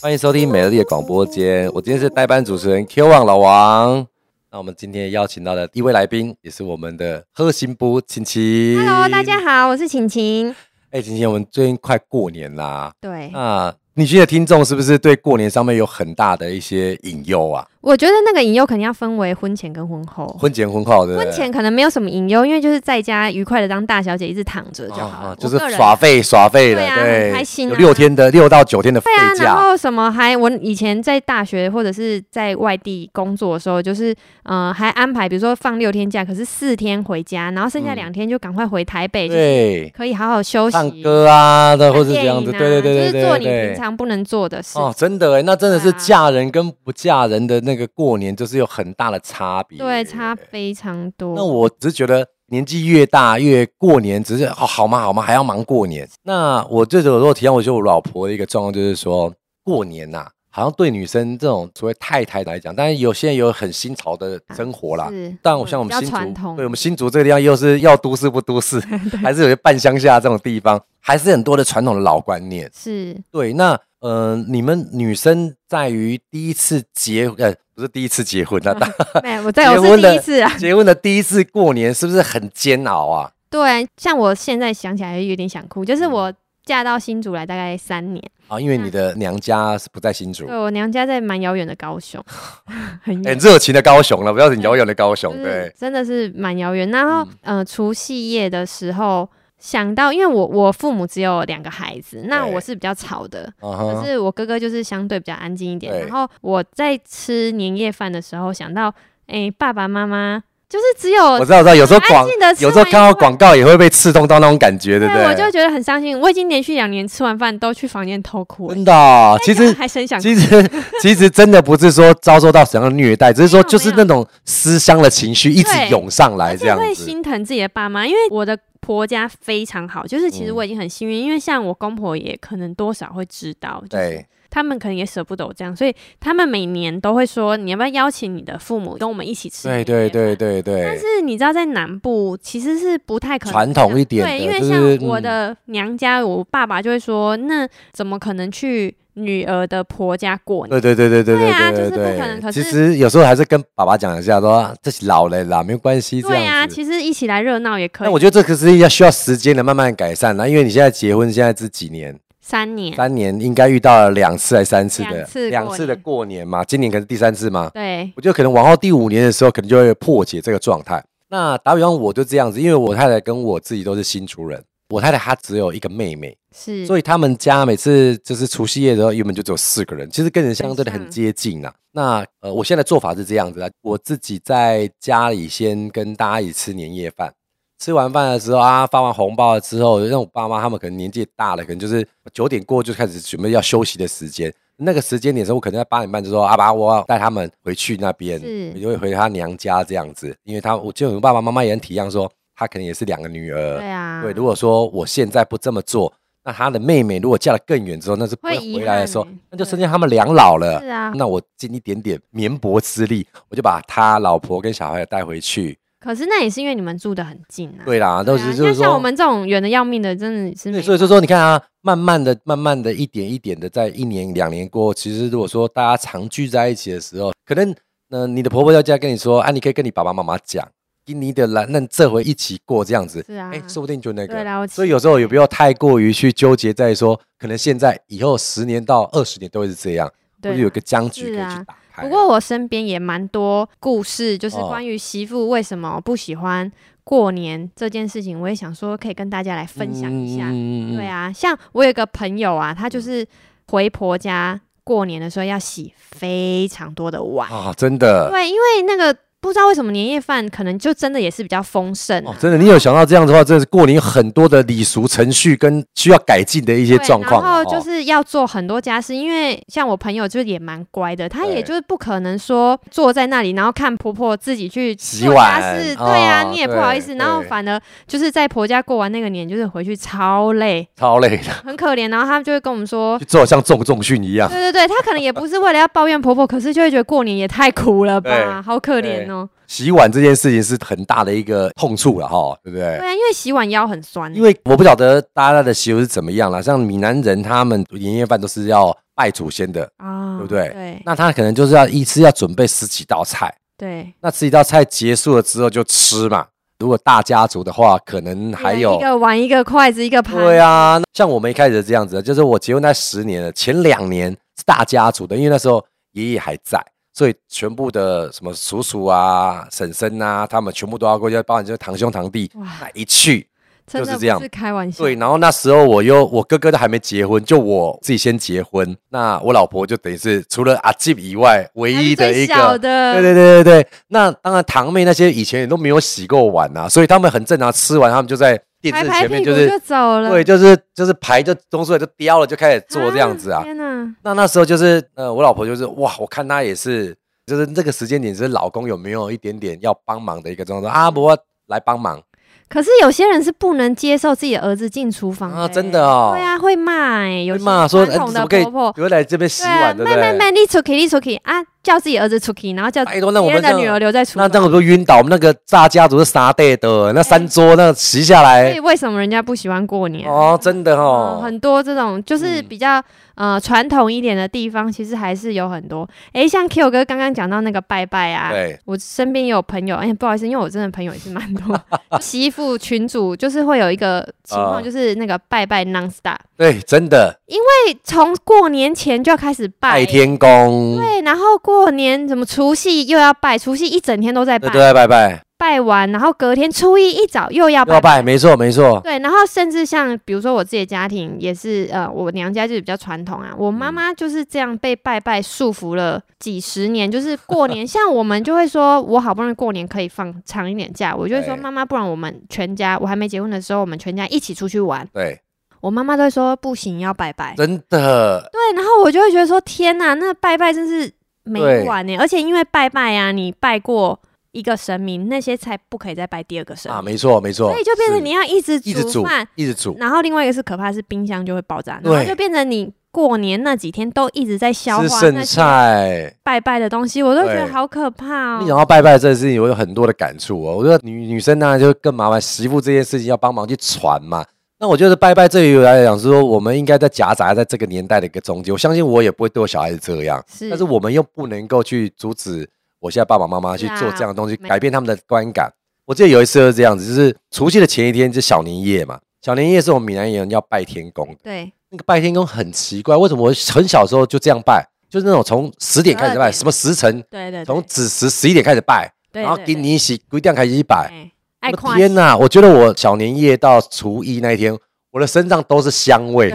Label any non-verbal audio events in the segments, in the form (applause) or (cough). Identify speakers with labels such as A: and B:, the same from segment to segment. A: 欢迎收听美乐蒂的广播间，我今天是代班主持人 Q 王老王。那我们今天邀请到的一位来宾，也是我们的贺新波晴晴。
B: Hello，大家。好，我是晴晴。
A: 哎、晴晴，我们最近快过年啦，
B: 对，
A: 那你觉得听众是不是对过年上面有很大的一些引诱啊？
B: 我觉得那个引诱肯定要分为婚前跟婚后。
A: 婚前婚后的
B: 哦婚前可能没有什么引诱，因为就是在家愉快的当大小姐，一直躺着就好了。
A: 啊
B: 我
A: 就是
B: 个人
A: 耍废耍废了，
B: 对啊
A: 对，
B: 很开心啊
A: 有六天的六到九天的废
B: 对啊，然
A: 假，
B: 后什么还我以前在大学或者是在外地工作的时候，就是嗯、呃还安排，比如说放六天假，可是四天回家，然后剩下
A: 嗯
B: 两天就赶快回台北，就是
A: 对，
B: 可以好好休息，
A: 唱歌啊的或
B: 看
A: 者是这
B: 电
A: 样子，
B: 影啊
A: 对对对对
B: 就是做
A: 对
B: 你平
A: 对。
B: 常不能做的事。
A: 哦，真的哎，那真的是
B: 对啊
A: 嫁人跟不嫁人的那个过年，就是有很大的差别。
B: 对，差非常多。
A: 那我只是觉得年纪越大越过年，只是哦好好嘛好嘛，还要忙过年。那我最有时候提到，我觉得我老婆的一个状况就是说，过年呐、好像对女生这种所谓太太来讲，当然有些人有很新潮的生活啦。
B: 啊是，嗯
A: 但我像我们
B: 比较
A: 新
B: 传
A: 竹，
B: 统
A: 对我们新竹这个地方，又是要都市不都
B: (laughs)
A: 市，还是有些半乡下这种地方，还是很多的传统的老观念。
B: 是
A: 对，那呃，你们女生在于第一次结，呃，不是第一次结婚
B: (laughs)
A: 啊，
B: (laughs) 没有，我在
A: 结
B: 我
A: 婚
B: 是第
A: 的
B: 一次啊。
A: 结婚的第一次过年是不是很煎熬啊？
B: (laughs) 对，像我现在想起来有点想哭，
A: 嗯
B: 就是我嫁到新竹来大概三年，
A: 啊，因为你的娘家是不在新竹
B: 嗯对，我娘家在蛮遥远的高
A: (laughs)
B: 雄，很
A: 很
B: 远。
A: 热情的高雄了，啊不要很遥远哎的欸嗯高雄
B: 就，是
A: 对，
B: 真的是蛮遥远。然后，呃，除夕夜的时候想到，因为我我父母只有两个孩子，那
A: 对
B: 我是比较吵的，
A: 啊
B: 可
A: 哈，
B: 是我哥哥就是相对比较安静一点。
A: 对
B: 然后我在吃年夜饭的时候想到，哎、爸爸妈妈就是只有
A: 我知道，我知道，有时候
B: 安
A: 广，
B: 静的，
A: 有时候看到。广告也会被刺痛到那种感觉，对不
B: 对，我就
A: 对？
B: 觉得很伤心。我已经连续两年吃完饭都去房间偷哭 (laughs) 了，
A: 真的哦，其实。
B: 还生想哭。
A: 其实，其实真的不是说遭受到什么样的虐待，只是说
B: 没有
A: 就是
B: 没
A: 那
B: 有
A: 种思乡的情绪一直
B: 对
A: 涌上来
B: 而
A: 这
B: 且
A: 样
B: 会
A: 子。
B: 心疼自己的爸妈，因为我的婆家非常好，就是其实
A: 嗯
B: 我已经很幸运，因为像我公婆也可能多少会知道，就是
A: 对，
B: 他们可能也舍不得我这样，所以他们每年都会说，你要不要邀请你的父母跟我们一起吃？
A: 对对对。对对。
B: 但是你知道，在南部其实是不太可能
A: 传统一点的
B: 对，因为
A: 就是嗯
B: 像我的娘家，我爸爸就会说，那怎么可能去女儿的婆家过年？
A: 对对对对对对
B: 对啊
A: 对
B: 就是不可
A: 对
B: 能可
A: 其
B: 是
A: 实有时候还是跟爸爸讲一下，说啊这是老了啦，没关系这
B: 对啊，
A: 样子。
B: 其实一起来热闹也可以。
A: 那我觉得这个是要需要时间的慢慢改善啦，因为你现在结婚现在是几年？
B: 三年，
A: 三年应该遇到了两次还三次的
B: 两次过年
A: 的过年嘛，今年可能是第三次嘛。
B: 对，
A: 我觉得可能往后第五年的时候，可能就会破解这个状态。那打比方，我就这样子，因为我太太跟我自己都是新族人，我太太她只有一个妹妹，
B: 是，
A: 所以他们家每次就是除夕夜的时候，原本就只有四个人，其实跟人相对的
B: 很
A: 很
B: 像
A: 接近啦。那呃，我现在的做法是这样子的，啊我自己在家里先跟大家一起吃年夜饭。吃完饭的时候啊，发完红包了之后，让我爸妈他们可能年纪也大了，可能就是九点过就开始准备要休息的时间。那个时间点的时候，我可能在八点半就说：“阿、爸，我要带他们回去那边，
B: 是
A: 就会回他娘家这样子。”因为他，我记得我爸爸妈妈也很体谅，说他可能也是两个女儿，
B: 对啊，
A: 对，如果说我现在不这么做，那他的妹妹如果嫁得更远之后，那是不会
B: 会遗
A: 回来的
B: 憾
A: 时候
B: 欸，
A: 那就
B: 对
A: 剩下他们两老了
B: 是。啊。
A: 那我尽一点点绵薄之力，我就把他老婆跟小孩带回去。
B: 可是那也是因为你们住的很近啊。
A: 对啦，都
B: 对啊，
A: 是就是
B: 那像我
A: 说，
B: 们这种远的要命的，真的是没
A: 对，所以就说你看啊，慢慢的、慢慢的、一点一点的，在一年、两年过后，其实如果说大家常聚在一起的时候，可能呃，你的婆婆要家跟你说，啊，你可以跟你爸爸妈妈讲，跟你的来，那这回一起过这样子，
B: 是啊
A: 哎，，说不定就那个
B: 对。啦，我
A: 所以有时候也不要太过于去纠结在说，可能现在以后十年到二十年都会是这样，或
B: 对
A: 者有个僵局
B: 是
A: 可以去
B: 啊
A: 打开。
B: 不过我身边也蛮多故事，就是
A: 哦
B: 关于媳妇为什么不喜欢过年这件事情，我也想说可以跟大家来分享一下。
A: 嗯
B: 对，啊，像我有个朋友啊，她就是回婆家过年的时候要洗非常多的碗，
A: 啊、真的，
B: 对，因为那个不知道为什么年夜饭可能就真的也是比较丰盛、啊
A: 哦，真的，你有想到这样的话，真的是过年有很多的礼俗程序跟需要改进的一些
B: 对
A: 状况啊。
B: 然后就
A: 哦
B: 是要做很多家事，因为像我朋友就也蛮乖的，他
A: 对
B: 也就是不可能说坐在那里，然后看婆婆自己去
A: 洗
B: 做家
A: 碗
B: 事，
A: 哦
B: 对啊，你也不好意思。
A: 对
B: 然后
A: 对
B: 反而就是在婆家过完那个年，就是回去超累，
A: 超累的，
B: 很可怜。然后他们就会跟我们说
A: 就。做得像重重训一样。
B: 对对对，他可能也不是为了要抱怨婆婆，可是就会觉得过年也太苦了吧，
A: 对
B: 好可怜哦。
A: 洗碗这件事情是很大的一个痛处了哈，对不对
B: 对？啊，因为洗碗腰很酸欸，
A: 因为我不晓得大家的习俗是怎么样啦，像闽南人他们年夜饭都是要拜祖先的，
B: 啊，
A: 对不对
B: 对
A: 那他可能就是要一次要准备十几道菜，
B: 对，
A: 那十几道菜结束了之后就吃嘛。如果大家族的话，可能还
B: 一人
A: 有
B: 啊一个碗，一个筷子，一个盘，
A: 对啊，那像我们一开始这样子，就是我结婚那十年了，前两年是大家族的，因为那时候爷爷还在，所以全部的什么叔叔啊、婶婶啊，他们全部都要过去，包含就是堂兄堂弟
B: 哇，
A: 那一去。
B: 真
A: 就是
B: 的
A: 这样
B: 不是开玩笑，
A: 对，然后那时候我又我哥哥都还没结婚，就我自己先结婚，那我老婆就等于是除了阿吉以外唯
B: 还
A: 一
B: 是
A: 的
B: 最
A: 一个。
B: 小的，
A: 对对对对对，那当然堂妹那些以前也都没有洗过碗啊，所以他们很正常，吃完他们就在电
B: 拍
A: 视
B: 拍
A: 前
B: 屁
A: 面
B: 股
A: 就是
B: 就走了，
A: 对，就是就是牌就东出来就叼了，就开始做这样子啊。
B: 天哪，
A: 那那时候就是呃，我老婆就是哇，我看她也是，就是这个时间点，就是老公有没有一点点要帮忙的一个状态啊，我来帮忙
B: 可是有些人是不能接受自己的儿子进厨房的
A: 啊
B: 欸
A: 真的哦
B: 对啊，会骂哎，有
A: 会
B: 些
A: 骂说，哎、
B: 传
A: 你
B: 统
A: 怎
B: 的
A: 么可以
B: 婆婆。
A: 留来这边洗
B: 对啊
A: 碗，对不
B: 慢慢
A: 对？
B: 慢，你出去，你出去啊！叫自己儿子出去，然后叫
A: 拜托那我
B: 别
A: 们
B: 人的
A: 这样
B: 女儿留在厨
A: 那
B: 房。
A: 这样我就晕倒，我们那个大家族是沙地的，那三桌那洗下
B: 所
A: 来
B: 以为什么人家不喜欢过年？
A: 哦，真的
B: 嗯
A: 哦，
B: 很多这种就是
A: 嗯
B: 比较、呃传统一点的地方，其实还是有很多。诶，像 Q 哥刚刚讲到那个拜拜啊，
A: 对，
B: 我身边也有朋友，哎、不好意思，因为我真的朋友也是蛮
A: (laughs)
B: 多，媳妇群主就是会有一个情
A: 啊
B: 况，就是那个拜拜 non stop，
A: 对，真的
B: 对，从过年前就要开始拜，
A: 拜天公，
B: 对，然后过年什么除夕又要拜，除夕一整天都在拜，
A: 对对，拜拜，
B: 拜完然后隔天初一一早又要拜
A: 要拜，没错没错，
B: 对，然后甚至像比如说我自己的家庭也是，呃，我娘家就是比较传统啊，我妈
A: 嗯
B: 妈就是这样被拜拜束缚了几十年，就是过年，像我们就会说，我好不容易过年可以放长一点假，我就会说
A: 对
B: 妈妈，不然我们全家，我还没结婚的时候，我们全家一起出去玩，
A: 对，
B: 我妈妈都会说不行，要拜拜。
A: 真的
B: 对，然后我就会觉得说，天哪，那拜拜真是没
A: 对
B: 完呢，而且因为拜拜啊，你拜过一个神明，那些才不可以再拜第二个神
A: 啊，
B: 明。
A: 没错没错，
B: 所以就变
A: 是
B: 成你要一直
A: 一直
B: 煮
A: 煮
B: 饭，，
A: 一直煮，
B: 然后另外一个是可怕的是冰箱就会爆炸，然
A: 对
B: 后就变成你过年那几天都一直在消
A: 吃
B: 化
A: 剩
B: 那些
A: 菜。
B: 拜拜的东西，我都觉得
A: 对
B: 好可怕
A: 你
B: 哦。
A: 讲到拜拜这件事情，我有很多的感触哦。我觉得女女生呢、就更麻烦，媳妇这件事情要帮忙去传嘛。那我觉得拜拜这里来讲，是说我们应该在夹杂在这个年代的一个中间。我相信我也不会对我小孩子这样，
B: 是
A: 但是我们又不能够去阻止我现在爸爸妈妈去
B: 是啊
A: 做这样的东西，
B: 没
A: 改变他们的观感。我记得有一次就是这样子，就是除夕的前一天，就小年夜嘛。小年夜是我们闽南人要拜天公的，
B: 对，
A: 那个拜天公很奇怪，为什么我很小时候就这样拜？就是那种从十点开始
B: 12
A: 拜，
B: 点
A: 什么时辰，
B: 对对对，
A: 从子时十一点开始拜，
B: 对
A: 然后
B: 对
A: 给
B: 对
A: 你一起规定开始一拜。
B: 哎爱
A: 我的
B: 看
A: 天哪！我觉得我小年夜到初一那一天，我的身上都是香味，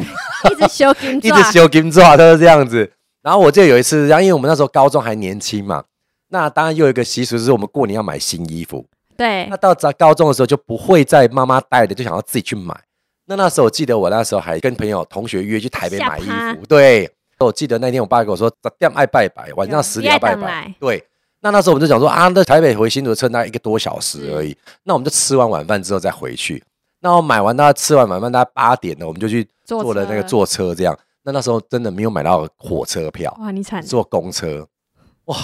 B: 一
A: (laughs)
B: 直修金
A: 一直
B: 抓，
A: 修金爪都是这样子。然后我记得有一次，然后因为我们那时候高中还年轻嘛，那当然又有一个习俗是我们过年要买新衣服。
B: 对
A: 那，到早高中的时候就不会再妈妈带的，就想要自己去买。那那时候我记得我那时候还跟朋友同学约去台北
B: 下
A: 买衣
B: 趴
A: 服，对。我记得那天我爸跟我说，十点爱拜拜，晚上
B: 有
A: 十点要
B: 你爱
A: 拜
B: 等
A: 拜
B: 来。
A: 对，那那时候我们就想说啊，那台北回新竹车大概一个多小时而已，那我们就吃完晚饭之后再回去。那我买完大家吃完晚饭大概八点了，我们就去
B: 坐
A: 坐了那个
B: 车
A: 坐车这样。那那时候真的没有买到火车票，
B: 哇，你惨，
A: 坐公车，哇！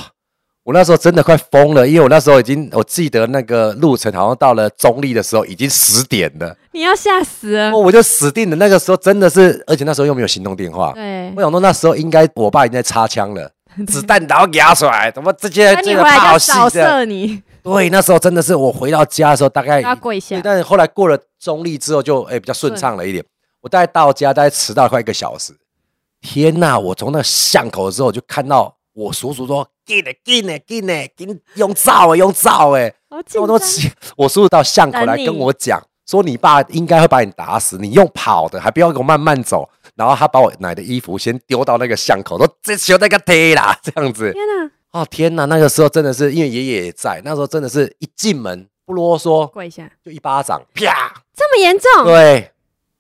A: 我那时候真的快疯了，因为我那时候已经，我记得那个路程好像到了中立的时候已经十点了，
B: 你要吓死了
A: 哦，，我就死定了。那个时候真的是，而且那时候又没有行动电话，
B: 对
A: 我，想说那时候应该我爸已经在擦枪
B: (laughs)
A: 了，子弹打给他出来，怎么这些
B: 那
A: 这
B: 你
A: 个
B: 回来
A: 怕好
B: 就
A: 戏
B: 扫
A: 的？
B: 射你，
A: 对，那时候真的是我回到家的时候大概
B: 都要跪下
A: 哎对，，但后来过了中立之后就，哎比较顺畅了一点。我大概到家，大概迟到了快一个小时。天呐！我从那巷口之后就看到我叔叔说：“进来，进来，进来，进用照哎，用照哎。
B: 好”紧
A: 我
B: 张
A: 都起，我叔叔到巷口来
B: 等你
A: 跟我讲说：“你爸应该会把你打死，你用跑的，还不要给我慢慢走。”然后他把我奶的衣服先丢到那个巷口，说：“这球那个贴啦，这样子。”
B: 天哪，
A: 哦天呐，那个时候真的是因为爷爷也在，那时候真的是一进门不啰嗦，
B: 跪下，
A: 就一巴掌，啪！
B: 这么严重，
A: 对，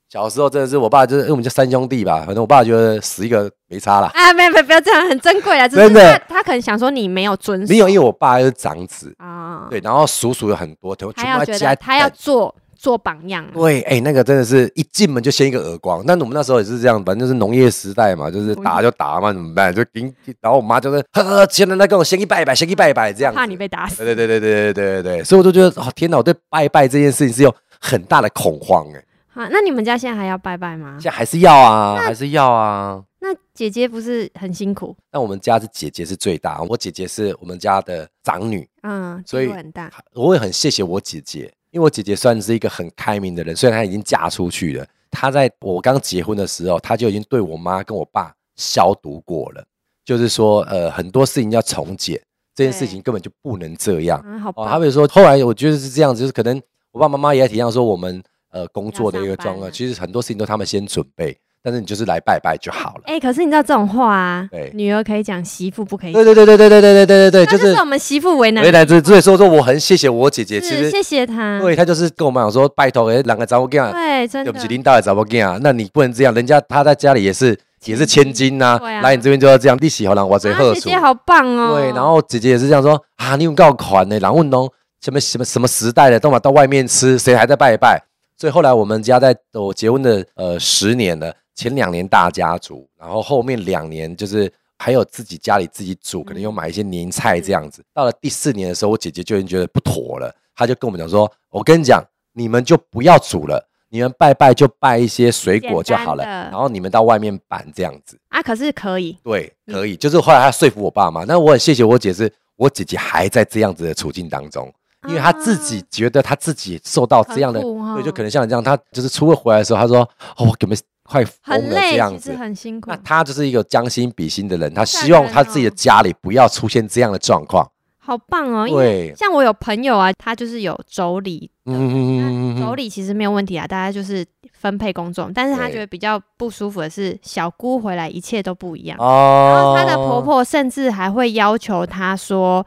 A: 小时候真的是我爸，就是因为我们家三兄弟吧，反正我爸觉得死一个没差啦。
B: 啊，没有没有，不要这样，很珍贵啊，只是
A: 真的
B: 他他可能想说你没有遵守，
A: 没有，因为我爸是长子，
B: 啊，
A: 对，然后叔叔有很多，全部
B: 他要
A: 在
B: 觉
A: 家
B: 得
A: 里
B: 他要
A: 等
B: 做，做榜样啊。
A: 对，哎、那个真的是一进门就先一个耳光。那我们那时候也是这样，反正就是农业时代嘛，
B: 嗯
A: 就是打就打嘛，怎么办？就给，然后我妈就是呵呵，现在在跟我先一拜一拜，先一拜一拜这样子。
B: 怕你被打死。
A: 对对对对对对对对对，所以我就觉得哦，天哪，我对拜拜这件事情是有很大的恐慌哎，
B: 啊，那你们家现在还要拜拜吗
A: 现？在还是要啊，还是要啊。
B: 那姐姐不是很辛苦？
A: 但我们家是姐姐是最大，我姐姐是我们家的长女，
B: 嗯，
A: 所以
B: 机会很大。
A: 我也很谢谢我姐姐，因为我姐姐算是一个很开明的人，虽然她已经嫁出去了，她在我刚结婚的时候，她就已经对我妈跟我爸消毒过了，就是说呃很多事情要从简，这件事情根本就不能这样。
B: 啊，好
A: 哦，
B: 棒
A: 他比如说，后来我觉得是这样子，就是可能我爸爸妈妈也体谅说我们呃工作的一个
B: 要上班啊
A: 状况，
B: 了
A: 其实很多事情都他们先准备，但是你就是来拜拜就好了。
B: 哎、可是你知道这种话啊
A: 对，
B: 女儿可以讲，媳妇不可以讲
A: 对。对对对对对对对对对，
B: 那
A: 就
B: 就是是我们媳妇为难
A: 回，来之所以说说我很谢谢我姐姐，其
B: 是
A: 实
B: 谢谢她。
A: 对她就是跟我们讲说，拜托哎，两个找我干，
B: 对，真
A: 对
B: 的
A: 不起，领导也找我干啊，那你不能这样，人家他在家里也是也是千金呐
B: 对，啊
A: 来你这边就要这样，利息好难，我最
B: 啊
A: 喝
B: 姐
A: 处。
B: 姐好棒哦。
A: 对，然后姐姐也是这样说啊，你有告款呢，然后弄什么什么什么时代了，都嘛到外面吃，谁还在拜一拜？所以后来我们家在我结婚的呃十年了，前两年大家族，然后后面两年就是还有自己家里自己煮，可能又买一些年菜这样子。到了第四年的时候，我姐姐就已经觉得不妥了，她就跟我们讲说：“我跟你讲，你们就不要煮了，你们拜拜就拜一些水果就好了，
B: 简单的
A: 然后你们到外面呃板这样子。”
B: 啊，可是可以，
A: 对，
B: 嗯
A: 可以，就是后来他说服我爸妈，那我很谢谢我姐是，我姐姐还在这样子的处境当中，因为她自己觉得她自己受到这样的，
B: 啊很苦哦
A: 对，就可能像你这样，她就是初二回来的时候，她说：“哦，我根本快疯
B: 很
A: 了这
B: 累，
A: 样
B: 其实
A: 子。”
B: 很辛苦
A: 那，她就是一个将心比心的人，她
B: 善
A: 希望
B: 人
A: 她自己的
B: 哦
A: 家里不要出现这样的状况。
B: 好棒哦。因为
A: 对，
B: 像我有朋友啊，他就是有妯娌，
A: 嗯嗯嗯嗯嗯嗯，
B: 妯娌其实没有问题啊，大家就是分配工作，但是他
A: 对
B: 觉得比较不舒服的是小姑回来一切都不一样。然
A: 哦
B: 后她的婆婆甚至还会要求她说，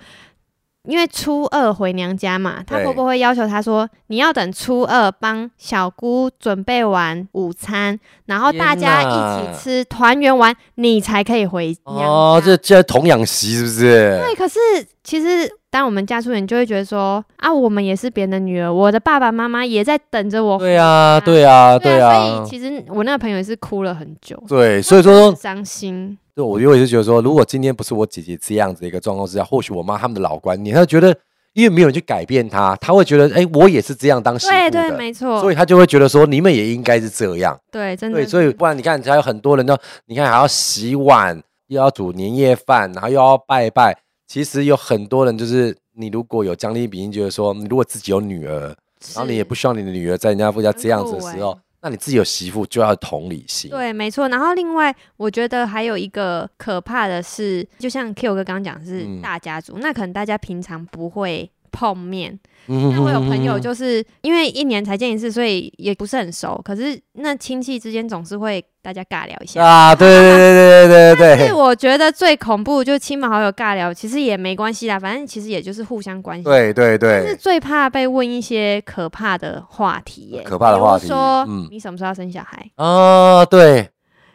B: 因为初二回娘家嘛，她
A: 对
B: 婆婆会要求她说，你要等初二帮小姑准备完午餐，然后大家
A: 天哪
B: 一起吃团圆完，你才可以回娘家。
A: 哦，这这童养媳是不是？
B: 对，可是其实当我们嫁出人，就会觉得说啊，我们也是别人的女儿，我的爸爸妈妈也在等着我。
A: 对啊，对啊，对
B: 啊，所
A: 啊
B: 以，其实我那个朋友也是哭了很久，
A: 对，所以说
B: 很。伤心。
A: 对，我我也是觉得说，如果今天不是我姐姐这样子的一个状况之下，或许我妈他们的老观念，她觉得因为没有人去改变她，她会觉得，哎，我也是这样当媳妇
B: 对
A: 的，
B: 对，没错，
A: 所以她就会觉得说，你们也应该是这样，
B: 对，真的
A: 对，所以不然你看，才有很多人都，你看还要洗碗，又要煮年夜饭，然后又要拜拜，其实有很多人就是，你如果有将心比心，觉得说，你嗯如果自己有女儿，然后你也不
B: 是
A: 希望你的女儿在人家夫家这样子的时候，
B: 很苦
A: 那你自己有媳妇就要有同理心，
B: 对，没错。然后另外，我觉得还有一个可怕的是，就像 Q 哥刚刚讲的
A: 嗯
B: 是大家族，那可能大家平常不会碰面。
A: 嗯，
B: 那我有朋友
A: 嗯
B: 就是因为一年才见一次，所以也不是很熟。可是那亲戚之间总是会大家尬聊一下。
A: 啊，对对对对对对
B: 但
A: 对
B: 是。我觉得最恐怖就亲朋好友尬聊，其实也没关系啦，反正其实也就是互相关心。
A: 对对
B: 但是
A: 对，
B: 最怕被问一些可怕的话题耶，
A: 可怕的话题
B: 比如说、
A: 嗯
B: 你什么时候要生小孩，
A: 啊，对，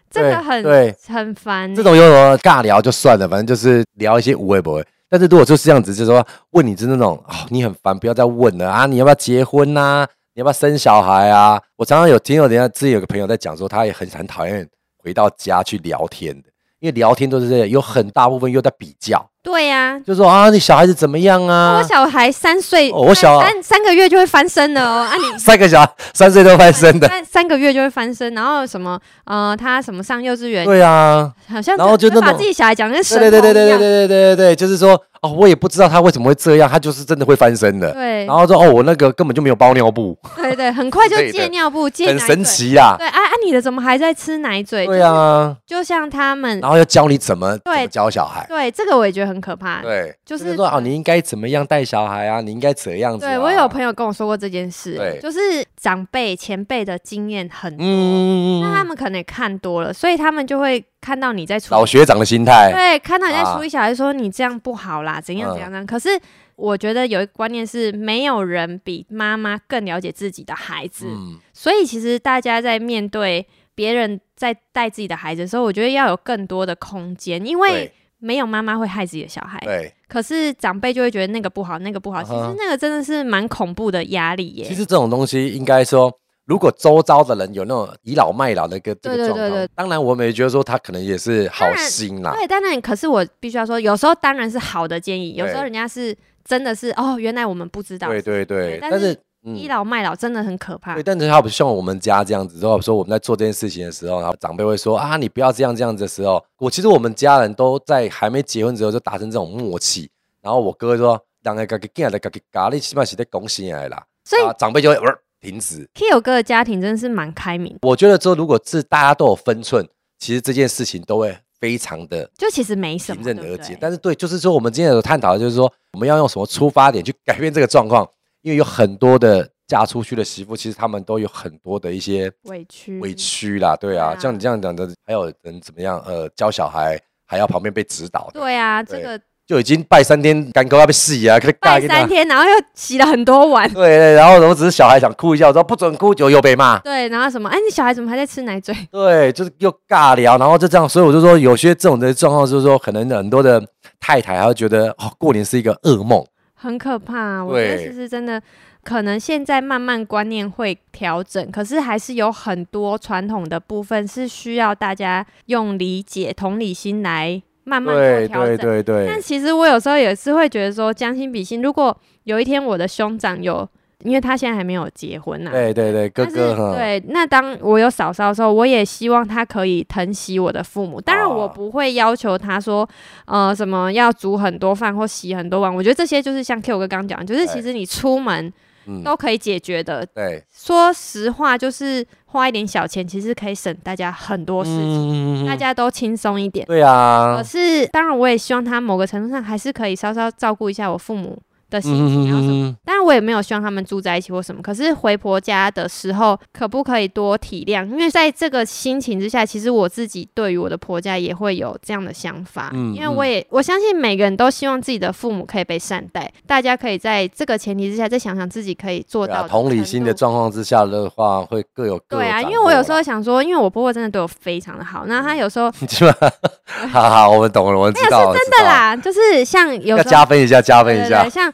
B: 这
A: 对
B: 个很
A: 对
B: 很烦。
A: 这种有什么尬聊就算了，反正就是聊一些无谓不谓。但是如果就是这样子，就是说问你，就是那种哦，你很烦，不要再问了啊，你要不要结婚呐、你要不要生小孩啊？我常常有听有人家自己有个朋友在讲说，他也很很讨厌回到家去聊天的，因为聊天都是这样有很大部分又在比较，
B: 对呀、
A: 就说啊，你小孩子怎么样
B: 我
A: 啊？
B: 小孩三岁，
A: 哦我小
B: 三三个月就会翻身了哦。
A: (laughs)
B: 啊你，
A: 三个小孩三岁都翻身
B: (laughs)
A: 的，
B: 三三个月就会翻身，然后什么呃，他什么上幼稚园，
A: 对啊，
B: 好像
A: 然后就那种
B: 把自己小孩讲得跟神
A: 对对对对
B: 童一
A: 对对对
B: 样
A: 对对对，就是说哦，我也不知道他为什么会这样，他就是真的会翻身的。
B: 对
A: 然后说哦，我那个根本就没有包尿布，
B: 对对，很快就
A: 之类的
B: 戒尿布，戒奶
A: 很
B: 嘴，
A: 神奇啦。
B: 对，啊啊，你的怎么还在吃奶嘴？
A: 对啊，
B: 就像他们
A: 然，后要教你怎么怎
B: 对
A: 么教小孩。
B: 对这个我也觉得很可怕。
A: 对，就
B: 就是
A: 是说哦，你应该怎么样带小孩啊？你应该怎样子、啊？
B: 对我有朋友跟我说过这件事
A: 对，
B: 就是长辈前辈的经验很多，
A: 嗯，嗯
B: 那
A: 嗯
B: 他
A: 嗯，
B: 们可能也看多了，所以他们就会看到你在处理
A: 老学长的心态。
B: 对，看到人家
A: 啊
B: 处理小孩说你这样不好啦，怎
A: 嗯
B: 样怎样怎样。可是我觉得有一个观念是，没有人比妈妈更了解自己的孩子，
A: 嗯，
B: 所以其实大家在面对别人在带自己的孩子的时候，我觉得要有更多的空间，因为
A: 对
B: 没有妈妈会害自己的小孩，
A: 对，
B: 可是长辈就会觉得那个不好，那个不好。其
A: 啊哈
B: 实那个真的是蛮恐怖的压力耶。
A: 其实这种东西应该说，如果周遭的人有那种倚老卖老的一个这
B: 对对
A: 个状
B: 对
A: 况
B: 对，
A: 当然我们也觉得说他可能也是好心啦，
B: 对，当然，可是我必须要说，有时候当然是好的建议，有时候
A: 对
B: 人家是真的是哦，原来我们不知道，
A: 对对对
B: 对，但
A: 但是嗯
B: 是倚老卖老真的很可怕
A: 对，。但是他不像我们家这样子，如果说我们在做这件事情的时候，然后长辈会说啊，你不要这样这样子的时候，我其实我们家人都在还没结婚之后就达成这种默契，然后我哥会说，两个嘎给干的嘎给嘎，你起码是在恭喜来啦，
B: 所以
A: 啊长辈就会、呃、停止。
B: Kyo 哥的家庭真的是蛮开明的，
A: 我觉得说，如果是大家都有分寸，其实这件事情都会非常的
B: 就其实没什
A: 迎
B: 么，
A: 刃
B: 对
A: 而
B: 不
A: 解
B: 对。
A: 但是对，就是说我们今天有探讨，的就是说我们要用什么出发点去改变这个状况，因为有很多的嫁出去的媳妇，其实她们都有很多的一些
B: 委屈，
A: 委。屈啦，对啊，
B: 嗯对啊
A: 像你这样讲的，还有人怎么样？呃，教小孩还要旁边被指导的，
B: 对啊，
A: 对
B: 这个
A: 就已经拜三天干沟要被戏啊，可以
B: 拜三。天，然后又洗了很多碗，
A: 对对，然后我只是小孩想哭一下，我说不准哭，就又被骂。
B: 对，然后什么？哎，你小孩怎么还在吃奶嘴？
A: 对，就是又尬聊，然后就这样，所以我就说，有些这种的状况，就是说，可能很多的太太还会觉得，哦，过年是一个噩梦。
B: 很可怕、啊我觉得其实真的，可能现在慢慢观念会调整，可是还是有很多传统的部分是需要大家用理解、同理心来慢慢做
A: 对
B: 调整。
A: 对对
B: 但
A: 对，
B: 其实我有时候也是会觉得说，将心比心。如果有一天我的兄长有，因为他现在还没有结婚呐、啊，
A: 对对对，哥
B: 但是
A: 哥哈，
B: 对，那当我有嫂嫂的时候，我也希望他可以疼惜我的父母。当然，我
A: 啊
B: 不会要求他说，呃，什么要煮很多饭或洗很多碗。我觉得这些就是像 Q 哥刚讲的，就是
A: 对
B: 其实你出门
A: 哎嗯，
B: 都可以解决的。
A: 对，
B: 说实话，就是花一点小钱，其实可以省大家很多事情，
A: 嗯
B: 大家都轻松一点。
A: 对啊
B: 可，是，当然，我也希望他某个程度上还是可以稍稍照顾一下我父母的心情，然后什么的
A: 嗯，
B: 当然，我也没有希望他们住在一起或什么。可是回婆家的时候，可不可以多体谅？因为在这个心情之下，其实我自己对于我的婆家也会有这样的想法。
A: 嗯
B: 因为我也我相信每个人都希望自己的父母可以被善待。大家可以在这个前提之下，再想想自己可以做
A: 对
B: 到、
A: 啊，同理心的。状况之下的话，会各有各
B: 对啊，
A: 掌
B: 因为我有时
A: 握
B: 候
A: 啦，
B: 想说，因为我婆婆真的对我非常的好，那她有时候
A: (laughs) 是吧？ (laughs) 好好，我们懂了，我们知道了，真
B: 真的，啦，就是像
A: 要
B: 有时候
A: 加分一下，加分
B: 对
A: 一
B: 对
A: 下 (laughs)
B: 对，，像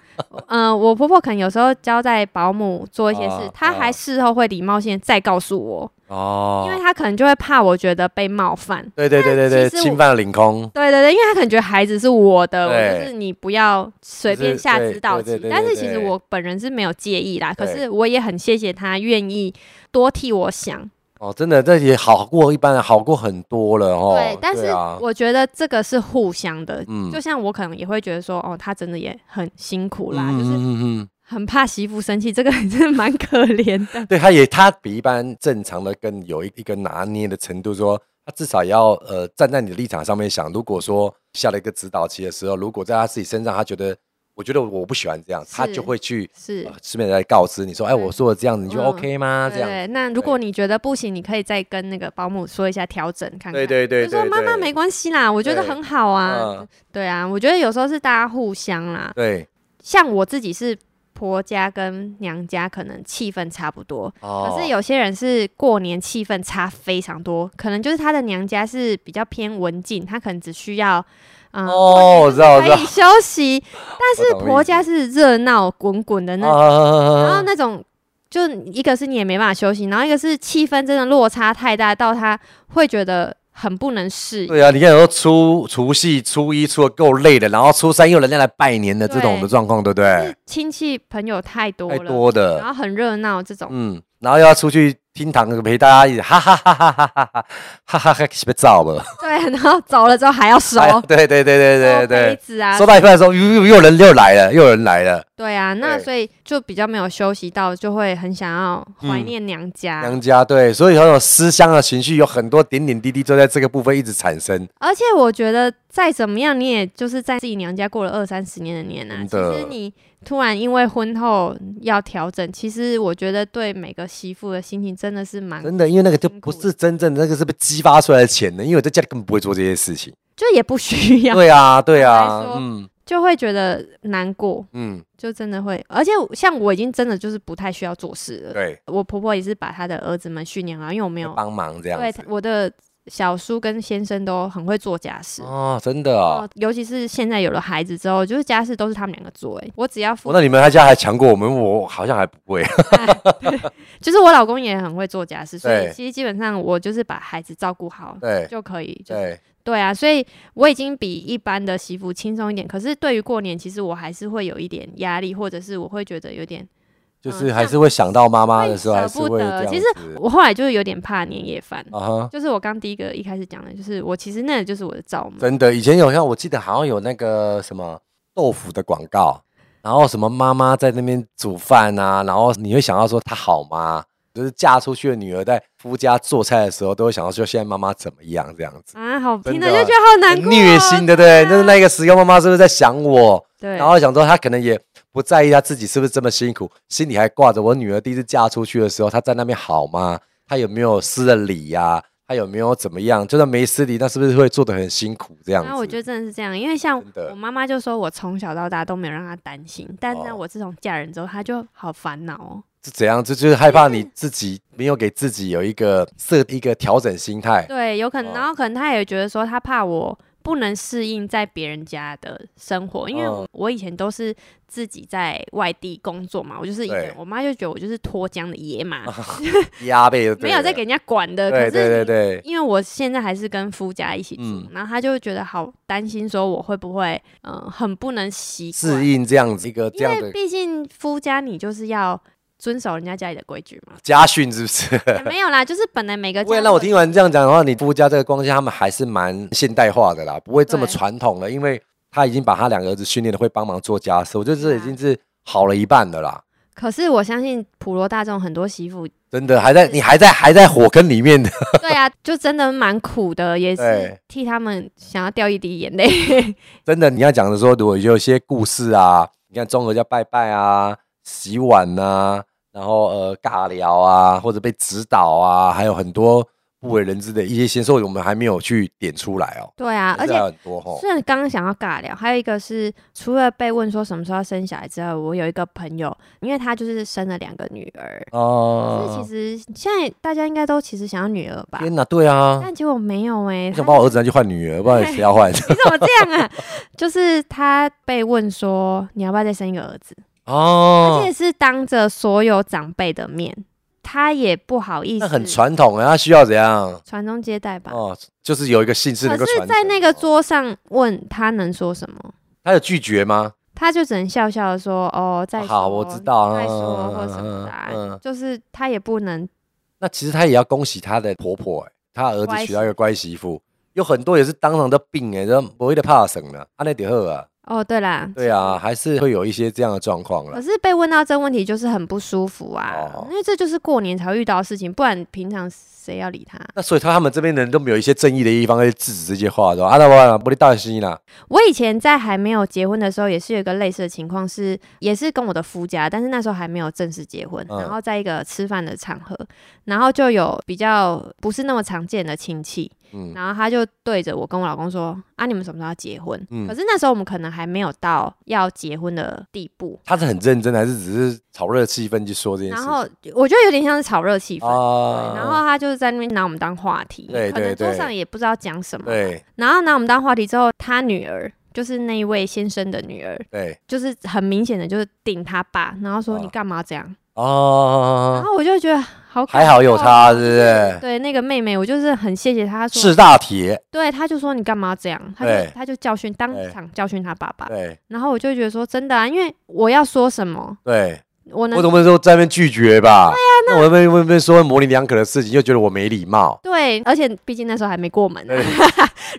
B: 呃，我婆婆可能有时候交代保姆做一些事
A: 啊，
B: 她
A: 啊
B: 还事后会礼貌性地再告诉我，
A: 哦
B: 因，为他可能就会怕我觉得被冒犯。
A: 对对对对对，
B: 其实我
A: 侵犯了领空，
B: 对对对，因为他可能觉得孩子是我的，
A: 对
B: 我就是你不要随便下
A: 就是对
B: 指导
A: 对
B: 棋
A: 对对。对
B: 但是其实
A: 对
B: 我本人是没有介意啦，可
A: 对
B: 是我也很谢谢他愿意多替我想。
A: 哦，真的，这也好过一般人，好过很多了哦。
B: 对，但是
A: 啊、
B: 我觉得这个是互相的。
A: 嗯
B: 就像我可能也会觉得说，哦，他真的也很辛苦啦，
A: 嗯
B: 就是
A: 嗯嗯嗯
B: 很怕媳妇生气，这个 (laughs) 真的蛮可怜的
A: 嗯，。对，他也他比一般正常的更有一一个拿捏的程度说。他至少也要呃站在你的立场上面想，如果说下了一个指导期的时候，如果在他自己身上，他觉得我觉得我不喜欢这样，他
B: 是
A: 就会去
B: 是
A: 呃，顺便来告知你说，哎，
B: 对
A: 我说的这样子你就
B: 嗯
A: OK 吗？这
B: 对
A: 样
B: 对。那如果你觉得不行，你可以再跟那个保姆说一下调整看看。
A: 对对对
B: 就说
A: 对，
B: 妈妈
A: 对
B: 没关系啦，我觉得
A: 对
B: 很好啊
A: 嗯。
B: 对啊，我觉得有时候是大家互相啦。
A: 对
B: 像我自己是婆家跟娘家可能气氛差不多，
A: 哦，
B: 可是有些人是过年气氛差非常多，可能就是他的娘家是比较偏文静，他可能只需要嗯。
A: 哦，我知道我
B: 可
A: 知道
B: 以，休息，但是
A: 我懂
B: 婆家
A: 意
B: 是热闹滚滚的那种，然后
A: 啊，
B: 那种就一个是你也没办法休息，然后一个是气氛真的落差太大，到他会觉得很不能适应。
A: 对啊，你看，有时候初除夕、初一、初二够累的，然后初三又人家来拜年的这种的
B: 对
A: 状况，对不
B: 就
A: 对
B: 是？亲戚朋友太多
A: 太
B: 了，
A: 多
B: 然
A: 的，
B: 后很热闹这种。
A: 嗯，然后又要出去厅堂陪大家一起，哈哈哈哈哈哈哈哈哈哈，被照了，
B: 对，然后走了之后还要收、
A: 哎对对对对对
B: 收杯
A: 对，
B: 子啊
A: 说，到一半的时候，又又又人又来了，又有人来了，
B: 对啊，那
A: 对
B: 所以就比较没有休息到，就会很想要怀
A: 嗯
B: 念娘家。
A: 娘家对，所以有种思乡的情绪，有很多点点滴滴就在这个部分一直产生。
B: 而且我觉得再怎么样，你也就是在自己娘家过了二三十年的年啊。
A: 真
B: 其
A: 的
B: 实你突然因为婚后要调整，其实我觉得对每个媳妇的心情真的是蛮，
A: 真的，因为那个就
B: 辛
A: 不
B: 苦
A: 是真正的那个是被激发出来的潜能，因为我在家里根本不会做这些事情。
B: 就也不需要，
A: 对啊，对
B: 坦
A: 啊
B: 白，说
A: 嗯
B: 就会觉得难过，
A: 嗯，
B: 就真的会。而且像我已经真的就是不太需要做事了。
A: 对，
B: 呃我婆婆也是把她的儿子们训练好，因为我没有
A: 帮忙这样
B: 对
A: 子。
B: 我的小叔跟先生都很会做家事。
A: 哦，真的哦。
B: 哦，尤其是现在有了孩子之后，就是家事都是他们两个做、欸。我只要
A: 哦
B: 负，
A: 那你们他家还强过我们，我好像还不会。
B: 就是我老公也很会做家事，所以
A: 对
B: 其实基本上我就是把孩子照顾好
A: 对
B: 就可以。就是
A: 对，
B: 对啊，所以我已经比一般的媳妇轻松一点。可是对于过年，其实我还是会有一点压力，或者是我会觉得有点嗯
A: 就是还是会想到妈妈的时候，还
B: 舍
A: 是
B: 不
A: 会
B: 得。
A: 这样
B: 其
A: 子
B: 实。我后来就是有点怕年夜饭，
A: 啊哈，
B: 就是我刚第一个一开始讲的，就是我其实那个就是我的罩门。
A: 真的，以前有像我记得好像有那个什么豆腐的广告，然后什么妈妈在那边煮饭啊，然后你会想到说她好吗？就是嫁出去的女儿在夫家做菜的时候，都会想到说现在妈妈怎么样这样子，
B: 啊，好
A: 真
B: 听
A: 的
B: 着就觉得好难
A: 很
B: 过、哦啊
A: 虐心，对不对？就是那个时候妈妈是不是在想我？
B: 对，
A: 然后想说她可能也不在意她自己是不是这么辛苦，心里还挂着我女儿第一次嫁出去的时候，她在那边好吗？她有没有失了礼呀、她有没有怎么样？就算没失礼，那是不是会做的很辛苦这样子？
B: 那我觉得真的是这样，因为像
A: 真的
B: 我妈妈就说我从小到大都没有让她担心，但是呢
A: 哦
B: 我自从嫁人之后，她就好烦恼哦。
A: 是怎样？这就是害怕你自己没有给自己有一个设一个调整心态。
B: 对，有可能，
A: 哦
B: 然后可能她也觉得说她怕我不能适应在别人家的生活，因为
A: 哦
B: 我以前都是自己在外地工作嘛，我就是一个人
A: 对
B: 我妈就觉得我就是脱缰的野马，
A: 压背就对
B: 没有
A: 了
B: 在给人家管的。
A: 对
B: 可是
A: 对对
B: 你
A: 对，
B: 因为我现在还是跟夫家一起住，
A: 嗯
B: 然后她就会觉得好担心，说我会不会嗯、呃很不能习惯
A: 适应这样子一个这
B: 因
A: 样
B: 为
A: 的。
B: 毕竟夫家你就是要遵守人家家里的规矩嘛
A: (laughs) 家训是不
B: (laughs)
A: 是？
B: 也没有啦，就是本来每个
A: 不会 (laughs)
B: 家
A: 让我
B: 都
A: 听完这样讲的话，你夫家这个光线他们还是蛮现代化的啦，不会这么
B: 对
A: 传统了，因为他已经把他两个儿子训练的会帮忙做家事，我觉得这
B: 对啊
A: 已经是好了一半的啦。
B: 可是我相信普罗大众很多媳妇，
A: 真的还在你还在还在火坑里面的，
B: 对啊，就真的蛮苦的，也是
A: 对
B: 替他们想要掉一滴眼泪。 (laughs)
A: 真的你要讲的说，如果有一些故事啊，你看中和叫拜拜啊、洗碗啊，然后呃尬聊啊，或者被指导啊，还有很多不为人知的一些先说，我们还没有去点出来哦，
B: 对啊，而
A: 其
B: 且
A: 实还有很多哦吼，
B: 虽然刚刚想要尬聊，还有一个是除了被问说什么时候要生小孩之外，我有一个朋友，因为他就是生了两个女儿，可
A: 哦
B: 是，其实现在大家应该都其实想要女儿吧，
A: 天哪，对啊，
B: 但结果没有哎、
A: 你
B: 他
A: 想把我儿子拿去换女儿，不
B: 哎
A: 然谁要换？
B: (laughs) 你怎么这样啊？就是他被问说你要不要再生一个儿子，而
A: 哦
B: 且，是当着所有长辈的面，他也不好意思，
A: 那很传统啊，他需要怎样？
B: 传宗接代吧。
A: 哦，就是有一个姓氏能够
B: 可
A: 传承。哦
B: 是，在那个桌上问他能说什么，
A: 他有拒绝吗？
B: 他就只能笑笑的说：“哦，再说，
A: 好，我知道。
B: 再说
A: 嗯
B: 或什么的、啊。
A: 嗯嗯嗯
B: 就是他也不能
A: 那其实他也要恭喜他的婆婆、欸，他儿
B: 乖
A: 子娶到一个乖媳妇，有很多也是当场的病、欸，哎，这不会的怕省了，安内迪赫啊，
B: 哦，对啦。
A: 对啊，还是会有一些这样的状况
B: 可
A: 了。
B: 是被问到这问题就是很不舒服啊，
A: 哦
B: 因为这就是过年才会遇到的事情，不然平常谁要理他？
A: 那所以他他们这边的人都没有一些正义的一方会制止这些话，是吧？阿啊拉伯不利大西啦，
B: 我以前在还没有结婚的时候，也是有一个类似的情况是，也是跟我的夫家，但是那时候还没有正式结婚，
A: 嗯
B: 然后在一个吃饭的场合，然后就有比较不是那么常见的亲戚，
A: 嗯
B: 然后他就对着我跟我老公说：“啊，你们什么时候要结婚？”
A: 嗯
B: 可是那时候我们可能还没有到要结婚的地步，
A: 他是很认真，还是只是炒热气氛去说这件事
B: 然
A: 情？
B: 后我觉得有点像是炒热气氛。
A: 啊
B: 对然后他就是在那边拿我们当话题，
A: 对
B: 可能
A: 对
B: 桌
A: 对
B: 上也不知道讲什么，
A: 对
B: 然后拿我们当话题之后，他女儿就是那一位先生的女儿，
A: 对
B: 就是很明显的就是顶他爸，然后说
A: 啊
B: 你干嘛这样，然
A: 哦，
B: 后我就觉得好感
A: 还好有
B: 动
A: 他，是不是？
B: 对那个妹妹，我就是很谢谢她她说，
A: 是大铁，
B: 对，她就说你干嘛这样，她
A: 对
B: 就她就教训当
A: 对
B: 场教训她爸爸，
A: 对
B: 然后我就觉得说真的啊，因为我要说什么，
A: 对，
B: 我能
A: 我总不能说在那边拒绝吧？对
B: 啊
A: 呀，那我在那边那边说模棱两可的事情，又觉得我没礼
B: (laughs)
A: 貌。
B: 对，而且毕竟那时候还没过门、
A: 对
B: 啊，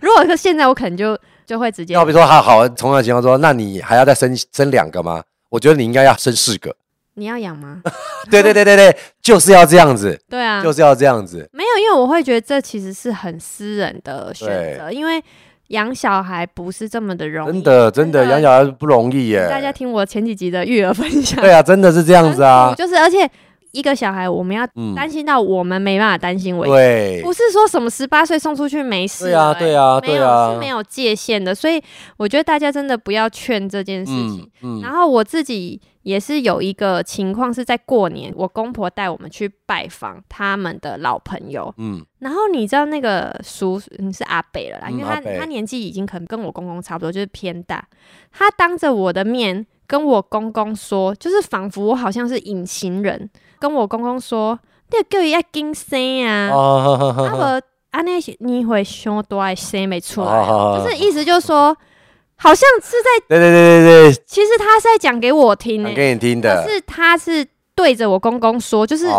B: 如果是现在我可能就就会直接
A: 要比如说，好好，同样的情况说，那你还要再生生两个吗？我觉得你应该要生四个。
B: 你要养吗？
A: 对对对对对，就是要这样 (laughs) 子，
B: 对啊，
A: 就是要这样子。
B: 没有，因为我会觉得这其实是很私人的选择，因为养小孩不是这么的容易。
A: 真的真的，
B: 真的
A: 养小孩不容易耶。
B: 大家听我前几集的育儿分享， (laughs) 嗯
A: 对啊，真的是这样子啊
B: 很苦。就是而且一个小孩，我们要
A: 嗯
B: 担心到我们没办法担心为止。
A: 对
B: 不，是说什么十八岁送出去没事、
A: 对啊
B: 欸
A: 对啊
B: 没
A: 对
B: 有、
A: 啊
B: 是没有界限的，所以我觉得大家真的不要劝这件事情。
A: 嗯嗯
B: 然后我自己也是有一个情况是在过年，我公婆带我们去拜访他们的老朋友，
A: 嗯，
B: 然后你知道那个叔你是阿北了啦，
A: 嗯
B: 因为他
A: 阿北
B: 他年纪已经可能跟我公公差不多，就是偏大，他当着我的面跟我公公说，就是仿佛我好像是隐形人，跟我公公说，那个叫他金生啊，
A: 哦，呵呵
B: 啊
A: 呵
B: 我啊那些你会凶多爱生没出来，
A: 哦
B: 就是意思就是说，好像是在，
A: 对对对对对，
B: 其实他是在讲给我听呢、
A: 讲给你听的哦
B: 可，是嗯他是对着我公公说，就是
A: 无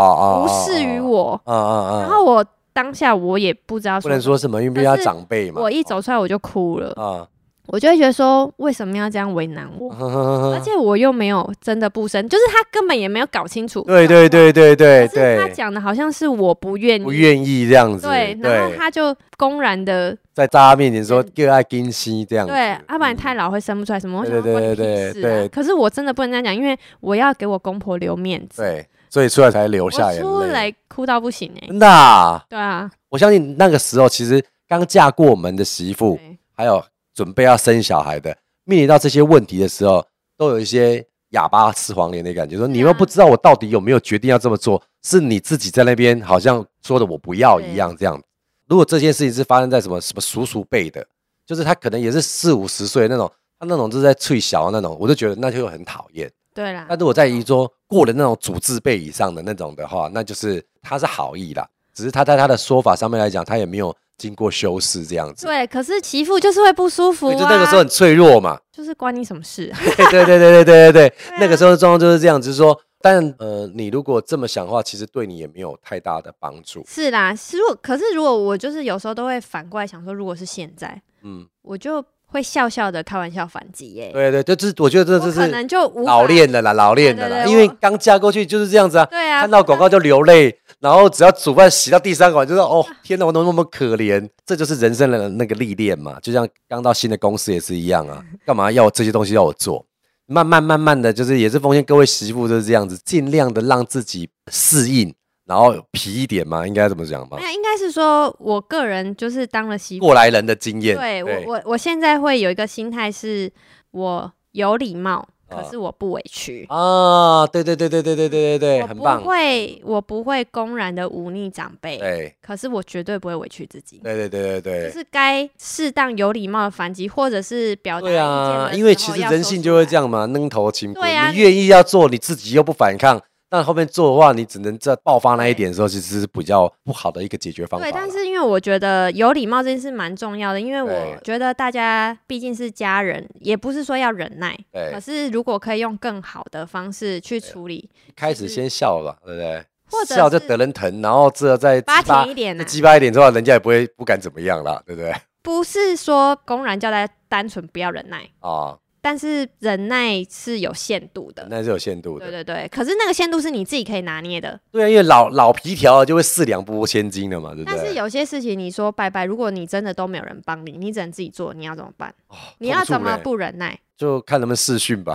B: 无视于，我，
A: 嗯嗯嗯，
B: 然后我当下我也不知道
A: 不
B: 说
A: 能说什么，因为毕竟他
B: 可是
A: 长辈嘛，
B: 我一走出来我就哭了，
A: 啊，
B: 我就会觉得说为什么要这样为难
A: 嗯
B: 我？而且我又没有真的不生，就是他根本也没有搞清楚。
A: 对对对对对
B: 可是他
A: 对，
B: 讲的好像是我不愿意，
A: 不愿意这样子，
B: 对，然后
A: 对，
B: 他就公然的
A: 在大家面前说热爱金西这样子，
B: 对，要不然
A: 嗯
B: 太老会生不出来什么。我
A: 对
B: 想
A: 对
B: 说关你屁
A: 对对
B: 事啊
A: 对
B: 可是我真的不能这样讲，因为我要给我公婆留面子。
A: 对，所以出来才流下
B: 我
A: 眼
B: 出
A: 泪，
B: 来哭到不行哎、
A: 真的啊，
B: 对啊，
A: 我相信那个时候其实刚嫁过门的媳妇，
B: 对
A: 还有准备要生小孩的，面临到这些问题的时候，都有一些哑巴吃黄连的感觉，说你们不知道我到底有没有决定要这么做，是你自己在那边好像说的我不要一样这样。如果这件事情是发生在什么什么叔叔辈的，就是他可能也是四五十岁那种，他那种就是在脆小那种，我就觉得那就很讨厌。
B: 对啦
A: 那，如果在一桌过了那种主字辈以上的那种的话，那就是他是好意啦，只是他在他的说法上面来讲，他也没有经过修饰这样子。
B: 对，可是媳妇就是会不舒
A: 所
B: 服啊。
A: 以就那个时候很脆弱
B: (laughs)
A: 嘛，
B: 就是关你什么事啊？
A: 对对对对对对对，
B: 啊
A: 那个时候的状况就是这样，就是说，但呃，你如果这么想的话，其实对你也没有太大的帮助。
B: 是啦，是如果可是如果我就是有时候都会反过来想说，如果是现在，
A: 嗯，
B: 我就会笑笑的开玩笑反击耶、
A: 对对，就是我觉得这
B: 我
A: 就
B: 可
A: 是
B: 能就无法
A: 老练的啦，老练的啦，
B: 对对对
A: 因为
B: 我
A: 刚嫁过去就是这样子啊。
B: 对啊，
A: 看到广告就流泪，然后只要煮饭洗到第三碗，就说
B: 啊
A: 哦，天哪，我怎么那么可怜？这就是人生的那个历练嘛。就像刚到新的公司也是一样啊，干嘛要这些东西要我做？慢慢慢慢的就是也是奉劝各位媳妇就是这样子，尽量的让自己适应，然后皮一点嘛，应该怎么讲嘛
B: 没？有，应该是说我个人就是当了媳妇
A: 过来人的经验，
B: 对我，我我现在会有一个心态是，我有礼貌，可
A: 啊
B: 是我不委屈，
A: 啊，对对对对对对对对对，
B: 我
A: 很
B: 不
A: 棒，
B: 会，我不会公然的忤逆长辈，
A: 对
B: 可是我绝对不会委屈自己，
A: 对对对对对。
B: 就是该适当有礼貌的反击，或者是表达意
A: 对
B: 见
A: 啊，
B: 的
A: 因为
B: 时
A: 其
B: 候
A: 实
B: 要
A: 人
B: 说
A: 性
B: 出
A: 就会
B: 来
A: 这样嘛，愣头青
B: 对啊
A: 你愿意要做，你自己又不反抗，但后面做的话，你只能在爆发那一点的时候，其实是比较不好的一个解决方法啦。
B: 对，但是因为我觉得有礼貌这件事蛮重要的，因为
A: 对
B: 我觉得大家毕竟是家人，也不是说要忍耐，
A: 对
B: 可是如果可以用更好的方式去处理，
A: 一开始先笑吧，对不对？
B: 或者
A: 笑就是得人疼，然后之后再激
B: 巴
A: 巴
B: 甜一点呢、啊
A: 再激巴一点之后，人家也不会不敢怎么样啦，对不对？
B: 不是说公然叫大家单纯不要忍耐，
A: 啊，
B: 但是忍耐是有限度的。
A: 那是有限度
B: 对
A: 的。
B: 对对，可是那个限度是你自己可以拿捏的。
A: 对啊，因为老老皮条啊就会四两拨千斤了嘛，对不
B: 但是
A: 对？
B: 有些事情你说拜拜，如果你真的都没有人帮你，你只能自己做，你要怎么办？
A: 哦
B: 你要
A: 痛
B: 怎
A: 楚
B: 么
A: 嘞
B: 不忍耐？
A: 就看能不能试训吧，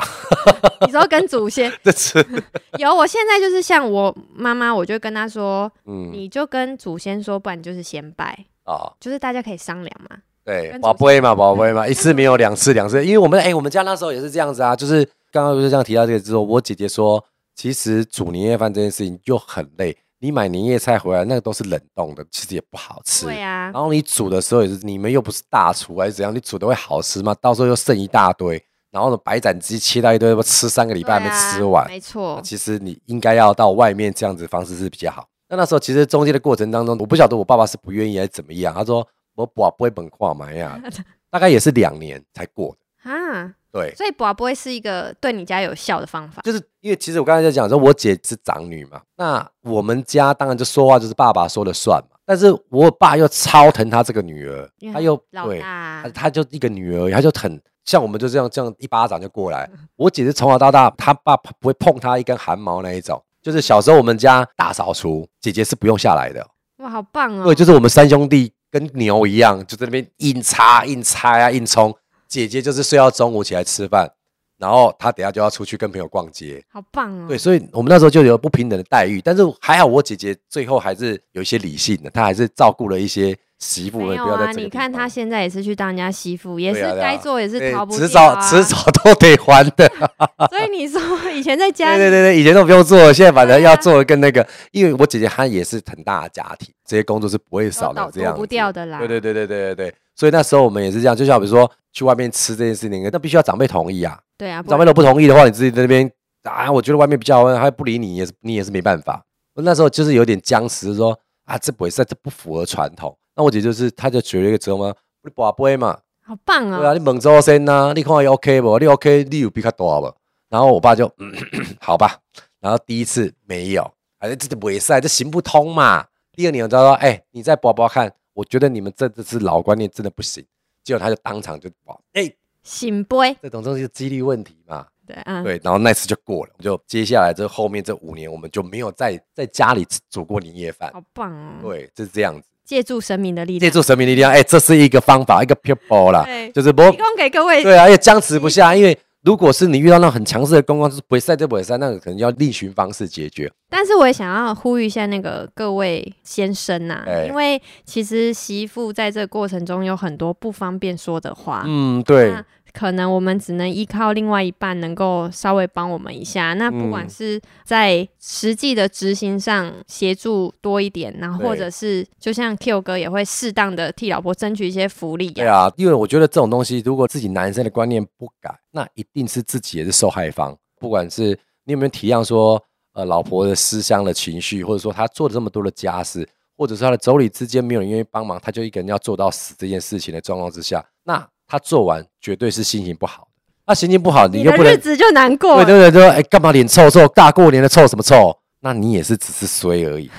B: 你说跟祖先
A: 这次
B: (laughs) 有，我现在就是像我妈妈，我就跟她说，
A: 嗯
B: 你就跟祖先说，不然你就是先拜，
A: 啊。
B: 就是大家可以商量嘛。
A: 对，
B: 跟
A: 宝
B: 祖
A: 贝嘛，宝贝嘛，一 (laughs) 次没有两次，两次，因为我们哎、我们家那时候也是这样子啊，就是刚刚就是这样提到这个之后，我姐姐说，其实煮年夜饭这件事情又很累，你买年夜菜回来那个都是冷冻的，其实也不好吃。
B: 对啊，
A: 然后你煮的时候也是，你们又不是大厨还是怎样，你煮的会好吃吗？到时候又剩一大堆，然后呢白斩鸡切到一堆，吃三个礼
B: 礼
A: 拜还没吃完，
B: 没错，
A: 其实你应该要到外面这样子方式是比较好。那那时候其实中间的过程当中，我不晓得我爸爸是不愿意还是怎么样，他说我把不会本跨嘛呀，啊
B: (laughs)
A: 大概也是两年才过的。
B: 啊，
A: 对，
B: 所以卜不会是一个对你家有效的方法。
A: 就是因为其实我刚才在讲说，我姐是长女嘛，那我们家当然就说话就是爸爸说了算嘛，但是我爸又超疼他这个女儿
B: 因为，
A: 他又
B: 老
A: 对
B: 大，啊
A: 他，他就一个女儿而已，他就很像我们就这样这样一巴掌就过来。 (laughs) 我姐是从小到大，她爸不会碰她一根汗毛那一种。就是小时候我们家大扫除，姐姐是不用下来的。
B: 哇，好棒哦！
A: 对，就是我们三兄弟跟牛一啊样，就在那边硬插、硬插呀、硬冲。姐姐就是睡到中午起来吃饭，然后他等下就要出去跟朋友逛街。
B: 好棒哦！
A: 对，所以我们那时候就有不平等的待遇，但是还好我姐姐最后还是有一些理性的，她还是照顾了一些媳妇
B: 没
A: 们
B: 有
A: 不要在
B: 啊，
A: 这个
B: 你
A: 地
B: 看
A: 方
B: 他现在也是去当人家媳妇，也是
A: 对啊对啊
B: 该做也是
A: 对
B: 逃不
A: 迟
B: 掉
A: 早
B: 啊。
A: 迟早都得还的。
B: 所以
A: (laughs)
B: 你说以前在家
A: 对
B: 里
A: 对对对，以前都不用做，现在反正
B: 对啊
A: 要做的更那个，因为我姐姐她也是很大的家庭，这些工作是不会少
B: 都
A: 的
B: 躲，
A: 这样
B: 躲不
A: 子
B: 掉的啦。
A: 对对对对对对对，所以那时候我们也是这样，就像比如说去外面吃这件事情，那必须要长辈同意啊。
B: 对啊，不
A: 长辈都
B: 然
A: 不同意的话，你自己在那边啊，我觉得外面比较好玩，他不理你也是你也是没办法。我那时候就是有点僵持，说啊，这不会是这不符合传统。那我姐就是，她就举了一个折嘛，你跋杯嘛，
B: 好棒
A: 对啊，
B: 哦！
A: 你问周先呐、啊，你看伊 OK 不？你 OK，你有比较大不？然后我爸就、 (coughs) 嗯、好吧，然后第一次没有，哎，这不会赛，这行不通嘛。第二年我知道说，哎、你再包包看，我觉得你们这这次老观念真的不行。结果他就当场就哇，哎、
B: 醒杯，
A: 这种东西是几率问题嘛，
B: 对啊，
A: 对，然后那次就过了，我就接下来这后面这五年，我们就没有再在家里吃煮过年夜饭。
B: 好棒哦！
A: 对，就是这样子，
B: 借助神明的力
A: 借
B: 量，
A: 助神明力量，哎、这是一个方法，一个 people 啦，
B: 对，
A: 就是不
B: 提供给各位。
A: 对啊，因为僵持不下，因为如果是你遇到那种很强势的公关，就是不会赛就不会赛，那个可能要另寻方式解决。
B: 但是我也想要呼吁一下那个各位先生呐、
A: 哎
B: 因为其实媳妇在这个过程中有很多不方便说的话，
A: 嗯，对，
B: 那可能我们只能依靠另外一半能够稍微帮我们一下。那不管
A: 嗯
B: 是在实际的执行上协助多一点，然后
A: 对
B: 或者是就像 Q 哥也会适当的替老婆争取一些福利
A: 对
B: 啊
A: 啊，因为我觉得这种东西，如果自己男生的观念不改，那一定是自己也是受害方。不管是你有没有体谅说，呃，老婆的思乡的情绪，或者说她做了这么多的家事，或者是她的妯娌之间没有人愿意帮忙，她就一个人要做到死这件事情的状况之下，那她做完绝对是心情不好的。那心情不好，你
B: 你
A: 又
B: 的
A: 不能
B: 日子就难过
A: 对对对，
B: 了。
A: 就哎，干嘛脸臭臭？大过年的臭什么臭？那你也是只是衰而
B: (laughs)
A: 已，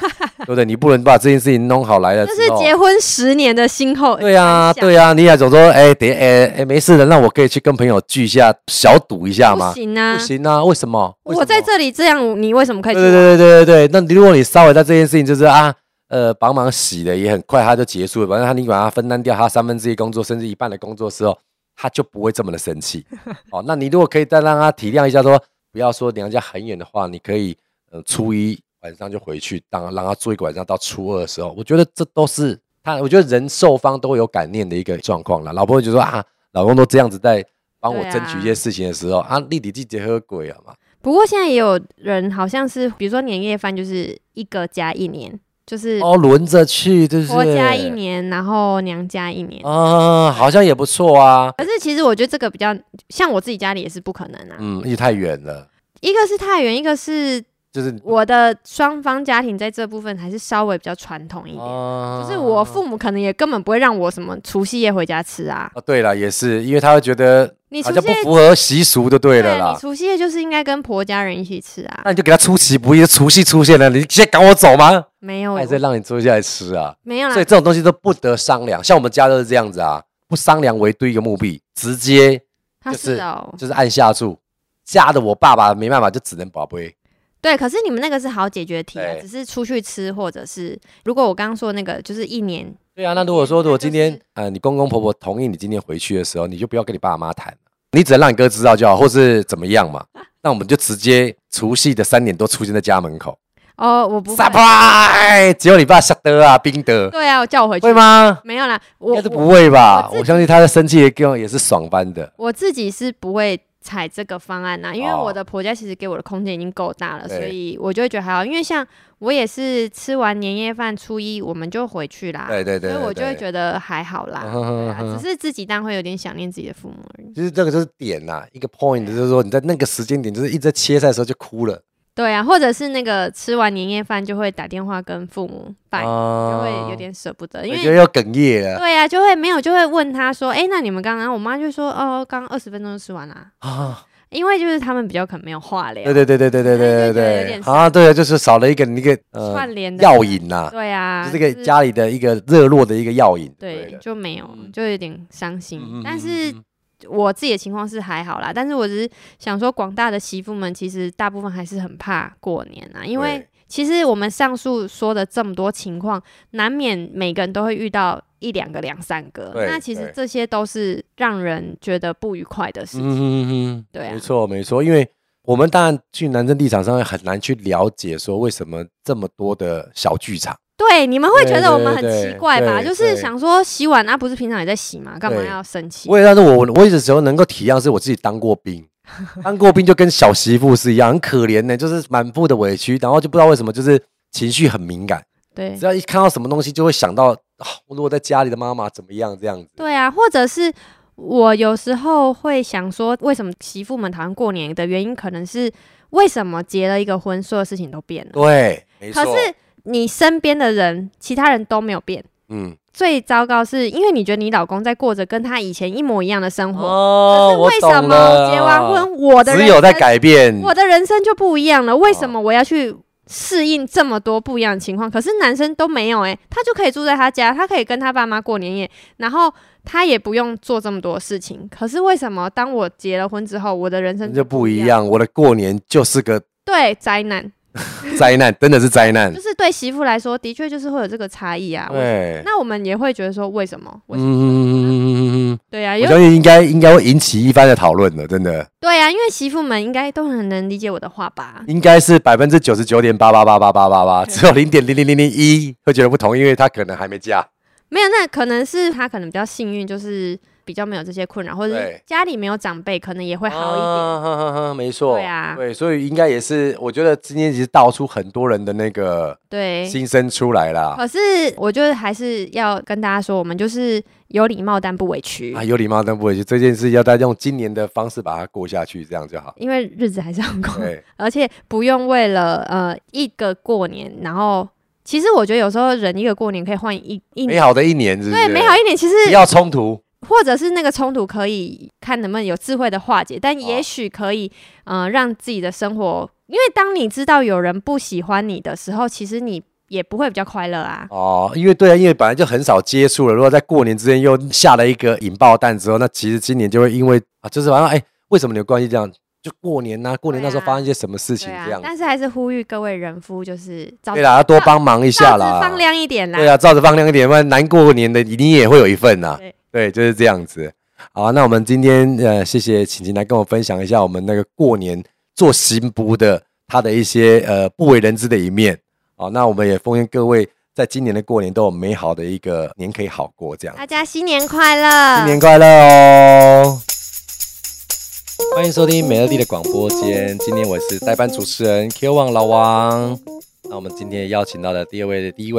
A: 对不对？你不能把这件事情弄好来了
B: 这
A: 之
B: 是
A: 后，
B: 结婚十年的新后，
A: 哦对啊，
B: 感想
A: 对啊，你也总说，哎，等哎哎，没事的，那我可以去跟朋友聚一下，小赌一下吗
B: 不？行啊
A: 不！行啊，为什么？为什
B: 我在
A: 么
B: 这里这样，你为什么可以
A: 对
B: 去
A: 对对
B: 玩？
A: 对对对，那如果你稍微在这件事情就是啊，呃，帮忙洗的也很快，他就结束了。反正他你把它分担掉他三分之一工作，甚至一半的工作的时候，他就不会这么的生气。哦，那你如果可以再让他体谅一下说，不要说娘家很远的话，你可以呃初一晚上就回去，当让他住一个晚上到初二的时候，我觉得这都是他，我觉得人受方都有感念的一个状况了。老婆就说啊，老公都这样子在帮我
B: 对啊
A: 争取一些事情的时候啊，立体季节喝鬼啊嘛。
B: 不过现在也有人好像是，比如说年夜饭就是一个加一年，就是
A: 哦，轮着去，对不对？
B: 婆家一年，然后娘家一年。
A: 啊，好像也不错啊。
B: 可是其实我觉得这个比较像我自己家里也是不可能啊，
A: 嗯，因为太远了，
B: 一个是太远，一个是
A: 就是
B: 我的双方家庭在这部分还是稍微比较传统一点，
A: 啊
B: 就是我父母可能也根本不会让我什么除夕夜回家吃啊，
A: 哦，对了，也是，因为他会觉得
B: 你除
A: 好
B: 夕
A: 像不
B: 夜
A: 符合习俗，就对了
B: 对你
A: 啦。
B: 除夕夜就是应该跟婆家人一起吃啊，
A: 那你就给他出其不意，除夕出现了，你先赶我走吗？
B: 没有
A: 还是让你坐下来吃啊？
B: 没有啦
A: 哎所以，这种东西都不得商量，像我们家都是这样子啊，不商量为对一个目的，直接
B: 他
A: 就是
B: 是哦，
A: 就是按下注，吓得我爸爸没办法，就只能宝贝。
B: 对，可是你们那个是好解决题啊，
A: 对
B: 只是出去吃或者是如果我刚刚说那个就是一年
A: 对啊，那如果说如果今
B: 那
A: 天
B: 就是
A: 呃你公公婆婆同意你今天回去的时候，你就不要跟你爸妈谈了，你只能让你哥知道就好，或是怎么样
B: (laughs)
A: 嘛。那我们就直接除夕的三点多出现在家门口
B: 哦，我不会，
A: ，surprise！只有你爸吓得啊，冰得
B: 对啊，我叫我回去
A: 会吗？
B: 没有啦，
A: 应
B: 我
A: 该是
B: 我
A: 不会吧？
B: 我自己
A: 我相信他在生气的地方也是爽翻的。
B: 我自己是不会采这个方案啦、因为
A: 哦
B: 我的婆家其实给我的空间已经够大了，
A: 对
B: 所以我就会觉得还好。因为像我也是吃完年夜饭初一我们就回去啦，
A: 对对对，嗯
B: 啊所以我就会
A: 得
B: 觉得还好
A: (laughs)
B: 啦。对啊只是自己当然会有点想念自己的父母而已。
A: 其实这个就是点呐、一个 point
B: 啊
A: 就是说你在那个时间点，就是一直在切菜的时候就哭了，
B: 对啊，或者是那个吃完年夜饭就会打电话跟父母拜，就
A: 啊
B: 会有点舍不得，因
A: 我
B: 为
A: 觉得要哽咽了
B: 对啊，就会没有就会问他说，哎、那你们刚刚？我妈就说，哦，刚二十分钟就吃完啦，
A: 啊！ (laughs)
B: 因为就是他们比较可能没有话聊，
A: 对对对对对对对对
B: 有
A: 对
B: 点，少
A: 啊，对，就是少了一个那个呃
B: 串联的
A: 药引呐，
B: 对啊，
A: 就是这个家里的一个热络的一个药引。
B: 对
A: 的，
B: 就没有
A: 嗯，
B: 就有点伤心。
A: 嗯嗯
B: 但
A: 嗯
B: 是
A: 嗯
B: 我自己的情况是还好啦，但是我只是想说，广大的媳妇们其实大部分还是很怕过年啊，因为
A: 对
B: 其实我们上述说的这么多情况，难免每个人都会遇到一两个、两三个。
A: 对
B: 那其实
A: 对
B: 这些都是让人觉得不愉快的
A: 嗯
B: 事情。
A: 哼哼，
B: 对啊
A: 没错没错，因为我们当然去男生立场上面很难去了解说为什么这么多的小剧场，
B: 对，你们会觉
A: 对
B: 得我们很
A: 对
B: 奇
A: 对
B: 怪吧？
A: 对
B: 就是
A: 对
B: 想说洗碗啊，不是平常也在洗嘛，干嘛
A: 对
B: 要生气？
A: 我也但是我我有的时候能够体谅，是我自己当过兵，当过兵就跟小媳妇是一样，很可怜呢、就是满腹的委屈，然后就不知道为什么就是情绪很敏感，
B: 对
A: 只要一看到什么东西就会想到啊，我如果在家里的妈妈怎么样这样子，
B: 对啊，或者是我有时候会想说，为什么媳妇们讨厌过年的原因，可能是为什么结了一个婚，所有事情都变了，
A: 对，没错，
B: 可是你身边的人，其他人都没有变。
A: 嗯，
B: 最糟糕是因为你觉得你老公在过着跟他以前一模一样的生活，
A: 哦
B: 可是为什么结完婚，我的人
A: 只有在
B: 生
A: 改变，
B: 我的人生就不一样了？为什么我要去适应这么多不一样的情况？可是男生都没有诶、哎他就可以住在他家，他可以跟他爸妈过年夜，然后他也不用做这么多事情。可是为什么当我结了婚之后，我的人生
A: 就不
B: 一
A: 一？样，我的过年就是个
B: 对，灾难
A: 灾难，真的是灾难
B: (laughs) 就。是对媳妇来说，的确就是会有这个差异
A: 嗯
B: 啊。为什么
A: 对，
B: 那我们也会觉得说，为什么？为什么？
A: 嗯，
B: 对啊，
A: 我
B: 因
A: 相
B: 为
A: 信应该应该会引起一番的讨论的，真的，
B: 对啊，因为媳妇们应该都很能理解我的话吧？
A: 应该是百分之九十九点八八八八八八八，只有零点零零零零一会觉得不同，因为他可能还没嫁。
B: 没有，那可能是他可能比较幸运，就是比较没有这些困扰，或者是
A: 对
B: 家里没有长辈，可能也会好一点。
A: 啊哈哈哈没错，
B: 对啊
A: 对，所以应该也是，我觉得今天其实道出很多人的那个
B: 对，
A: 心声出来啦。
B: 可是我觉得还是要跟大家说，我们就是有礼貌但不委屈，
A: 啊，有礼貌但不委屈，这件事要大家用今年的方式把它过下去，这样就好。
B: 因为日子还是要过，
A: 对，
B: (laughs) 而且不用为了呃一个过年，然后其实我觉得有时候人一个过年可以换一一
A: 美
B: 年，
A: 好的一年是不是？
B: 对，美好一年其实
A: 不要冲突。
B: 或者是那个冲突可以看能不能有智慧的化解，
A: 哦
B: 但也许可以，呃，让自己的生活，因为当你知道有人不喜欢你的时候，其实你也不会比较快乐啊。
A: 哦，因为对啊，因为本来就很少接触了，如果在过年之间又下了一个引爆弹之后，那其实今年就会因为啊，就是好像哎，为什么你的关系这样？就过年呐、过年那时候
B: 对啊
A: 发生一些什么事情
B: 对
A: 这
B: 啊
A: 样，？
B: 但是还是呼吁各位人夫，就是早
A: 对啦，要多帮忙一下啦。
B: 放亮一点啦。
A: 对啊，照着放亮一点，不然难过年的你也会有一份呐、
B: 对
A: 对，就是这样子。好、那我们今天呃，谢谢晴晴来跟我分享一下我们那个过年做新补的他的一些呃不为人知的一面。好、那我们也奉劝各位，在今年的过年都有美好的一个年可以好过，这样。
B: 大家新年快乐！
A: 新年快乐哦！欢迎收听美乐蒂的广播间，今天我是代班主持人 Q 王老王。那我们今天邀请到的第二位，第一位